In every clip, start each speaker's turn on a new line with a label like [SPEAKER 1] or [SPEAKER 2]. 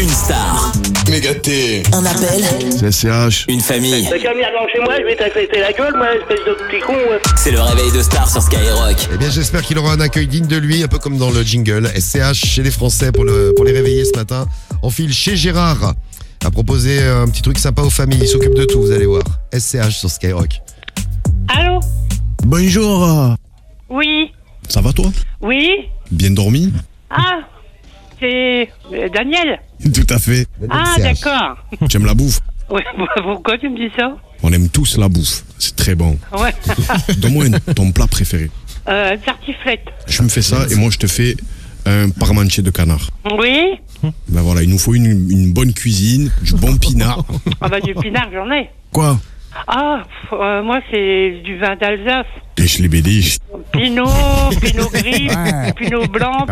[SPEAKER 1] une star,
[SPEAKER 2] Mais gâté
[SPEAKER 1] un appel,
[SPEAKER 3] CCH.
[SPEAKER 1] une famille.
[SPEAKER 4] T'as qu'à venir devant chez moi, je vais t'accepter la gueule, moi, espèce de petit con. ouais.
[SPEAKER 1] C'est le réveil de star sur Skyrock.
[SPEAKER 3] Eh bien, j'espère qu'il aura un accueil digne de lui, un peu comme dans le jingle. SCH chez les Français pour, le, pour les réveiller ce matin. On file chez Gérard à proposer un petit truc sympa aux familles. Il s'occupe de tout, vous allez voir. SCH sur Skyrock.
[SPEAKER 5] Allô
[SPEAKER 6] Bonjour,
[SPEAKER 5] Oui
[SPEAKER 6] ça va toi
[SPEAKER 5] Oui
[SPEAKER 6] Bien dormi
[SPEAKER 5] Ah C'est euh, Daniel
[SPEAKER 6] Tout à fait.
[SPEAKER 5] Ah,
[SPEAKER 3] SCH.
[SPEAKER 5] d'accord.
[SPEAKER 6] J'aime la bouffe.
[SPEAKER 5] Ouais, pourquoi tu me dis ça
[SPEAKER 6] On aime tous la bouffe. C'est très bon.
[SPEAKER 5] Ouais.
[SPEAKER 6] Donne-moi une- ton plat préféré.
[SPEAKER 5] Euh, tartiflette.
[SPEAKER 6] Je me fais ça et moi je te fais un parmentier de canard.
[SPEAKER 5] Oui
[SPEAKER 6] Ben voilà, il nous faut une, une bonne cuisine, du bon pinard.
[SPEAKER 5] Ah bah du pinard, j'en ai.
[SPEAKER 6] Quoi
[SPEAKER 5] Ah, pff, euh, moi, c'est du vin d'Alsace.
[SPEAKER 6] Et je les bédige.
[SPEAKER 5] Pinot, pinot gris, pinot blanc,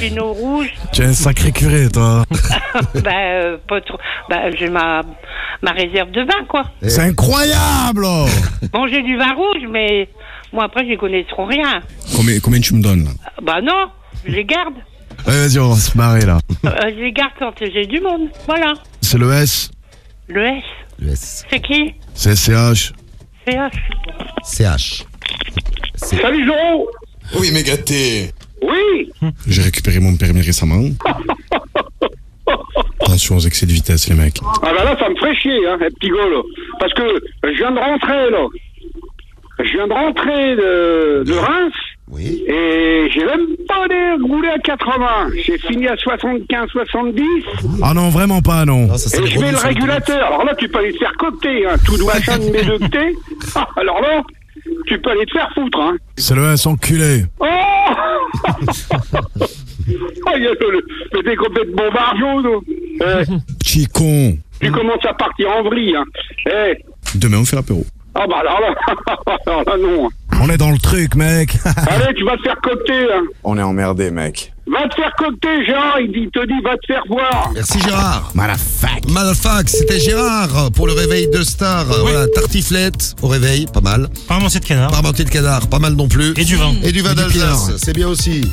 [SPEAKER 5] pinot rouge.
[SPEAKER 7] Tu es un sacré curé, toi.
[SPEAKER 5] Bah, euh, pas trop. Bah, j'ai ma, ma réserve de vin, quoi.
[SPEAKER 6] C'est incroyable
[SPEAKER 5] Bon, j'ai du vin rouge, mais moi, après, j'y connais trop rien.
[SPEAKER 6] combien, combien tu me donnes là
[SPEAKER 5] Bah non, je les garde.
[SPEAKER 3] Allez, vas-y, on va se marrer là.
[SPEAKER 5] Euh, je les garde quand j'ai du monde. Voilà.
[SPEAKER 3] C'est le S.
[SPEAKER 5] Le S,
[SPEAKER 3] Le S.
[SPEAKER 5] c'est qui
[SPEAKER 3] C'est SCH.
[SPEAKER 5] C'est H.
[SPEAKER 3] CH.
[SPEAKER 4] Salut, Joro
[SPEAKER 2] Oui, mais gâté
[SPEAKER 4] Oui
[SPEAKER 6] J'ai récupéré mon permis récemment. Attention aux excès de vitesse, les mecs.
[SPEAKER 4] Ah bah là, ça me ferait chier, hein, les petits gars, là. Parce que je viens de rentrer, là. Je viens de rentrer de, de Reims.
[SPEAKER 3] Oui.
[SPEAKER 4] Et j'ai même pas roulé à 80. J'ai fini à 75, 70.
[SPEAKER 6] Ah non, vraiment pas, non.
[SPEAKER 3] Non, ça, c'est
[SPEAKER 4] Et
[SPEAKER 3] le
[SPEAKER 4] je mets le
[SPEAKER 3] Robinson
[SPEAKER 4] régulateur. Alors là, tu peux aller te faire copter, hein. Tout de machin de mes deux thés. Ah, alors là, tu peux aller te faire foutre, hein.
[SPEAKER 6] C'est le S enculé.
[SPEAKER 4] Oh Ah, il y a le, le, le décopé de bombard jaune. Eh,
[SPEAKER 6] Petit con.
[SPEAKER 4] tu commences à partir en vrille. Hein. Eh,
[SPEAKER 6] Demain, on fait l'apéro.
[SPEAKER 4] ah bah alors là, alors là non.
[SPEAKER 6] On est dans le truc, mec.
[SPEAKER 4] Allez, tu vas te faire copter. Hein.
[SPEAKER 8] On est emmerdé, mec.
[SPEAKER 4] Va te faire copter, Jean. Il dit- te dit, va te faire voir.
[SPEAKER 3] Merci Gérard. Malafac. Malafac, c'était Gérard pour le réveil de Star. Voilà, tartiflette au réveil, pas mal.
[SPEAKER 7] Pas un de canard.
[SPEAKER 3] Parmentier de canard, pas mal non plus.
[SPEAKER 7] Et du vin.
[SPEAKER 3] Et du vin
[SPEAKER 6] Et du
[SPEAKER 3] d'Alsace, c'est bien aussi.